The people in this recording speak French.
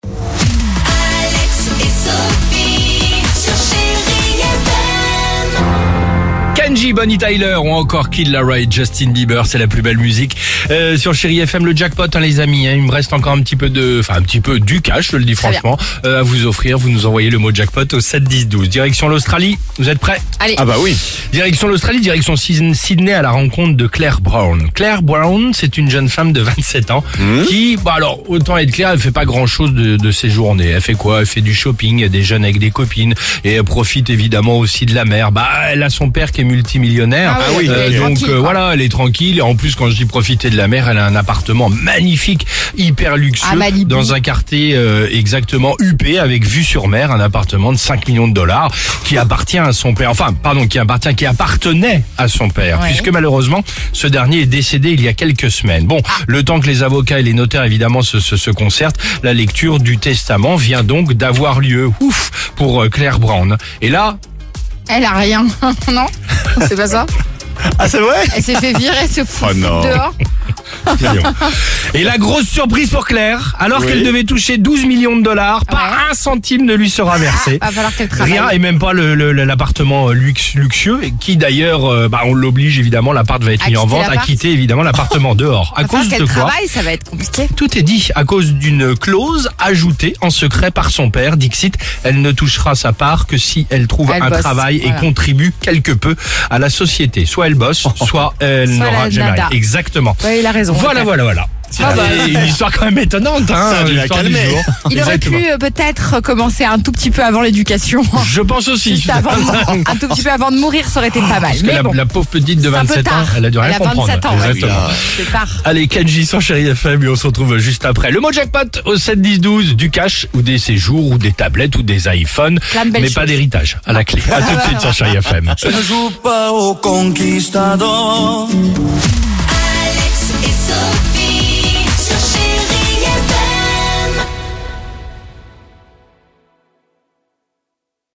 Alex et Sophie sur Chérie FM. Kenji, Bonnie Tyler ou encore Kid Laroi, Justin Bieber, c'est la plus belle musique. Euh, sur Chéri FM, le jackpot, hein, les amis. hein. il me reste encore un petit peu de, enfin un petit peu du cash, je le dis franchement, euh, à vous offrir. Vous nous envoyez le mot jackpot au 7 10 12. Direction l'Australie. Vous êtes prêts Allez. Ah bah oui. Direction l'Australie, direction Syd- Sydney à la rencontre de Claire Brown. Claire Brown, c'est une jeune femme de 27 ans qui, bah alors autant être clair, elle fait pas grand chose de, de ses journées. Elle fait quoi Elle fait du shopping, elle déjeune avec des copines et elle profite évidemment aussi de la mer. Bah elle a son père qui est multimillionnaire. Ah oui, elle est donc tranquille, euh, quoi. voilà, elle est tranquille. Et en plus, quand je dis profiter de la mer, elle a un appartement magnifique, hyper luxueux, À Malibu. dans un quartier euh, exactement huppé, avec vue sur mer, un appartement de 5 millions de dollars qui appartient à son père. Enfin, pardon, qui appartient, qui appartenait à son père, Ouais. puisque malheureusement, ce dernier est décédé il y a quelques semaines. Bon, le temps que les avocats et les notaires évidemment se, se, se concertent, la lecture du testament vient donc d'avoir lieu. Ouf pour euh, Claire Brown. Et là, Elle a rien, non C'est pas ça ah c'est vrai. Elle s'est fait virer, se fout Oh non. dehors. Ah, Millions. Et la grosse surprise pour Claire, alors qu'elle devait toucher 12 millions de dollars, pas un centime ne lui sera versé. Ah, Va falloir qu'elle travaille. Rien et même pas le- le- l'appartement euh, luxe- luxueux et qui d'ailleurs, euh, bah, on l'oblige évidemment, l'appart va être À mis en quitter vente, à l'appart. quitter évidemment l'appartement dehors. À Va falloir cause de qu'elle quoi travaille, ça va être compliqué. tout est dit à cause d'une clause ajoutée en secret par son père, Dixit. Elle ne touchera sa part que si elle trouve Elle un bosse, travail voilà. et contribue quelque peu à la société. Soit elle bosse, soit elle Oh. Soit n'aura la jamais nada. rien. Exactement. Ouais, il a raison. Voilà, voilà, voilà. C'est Ah bah. une histoire quand même étonnante, hein. Ça a dû la l'histoire du calmer. jour. Il aurait Exactement. pu euh, peut-être commencer un tout petit peu avant l'éducation. hein. Je pense aussi. Juste avant, un tout petit peu avant de mourir, ça aurait été pas mal. Parce que Mais la, bon, la pauvre petite de c'est un peu 27 ans, tard. elle a dû rien Elle a comprendre. 27 ans, ouais. Exactement. c'est tard. Allez, Kenji sur Chéri FM et on se retrouve juste après. Le mot jackpot au 7 10 12 du cash ou des séjours ou des tablettes ou des iPhones, Plein de mais belles pas choses. d'héritage à la clé. À tout de suite sur Chéri FM. Je joue pas au conquistador. Alex et Sophie.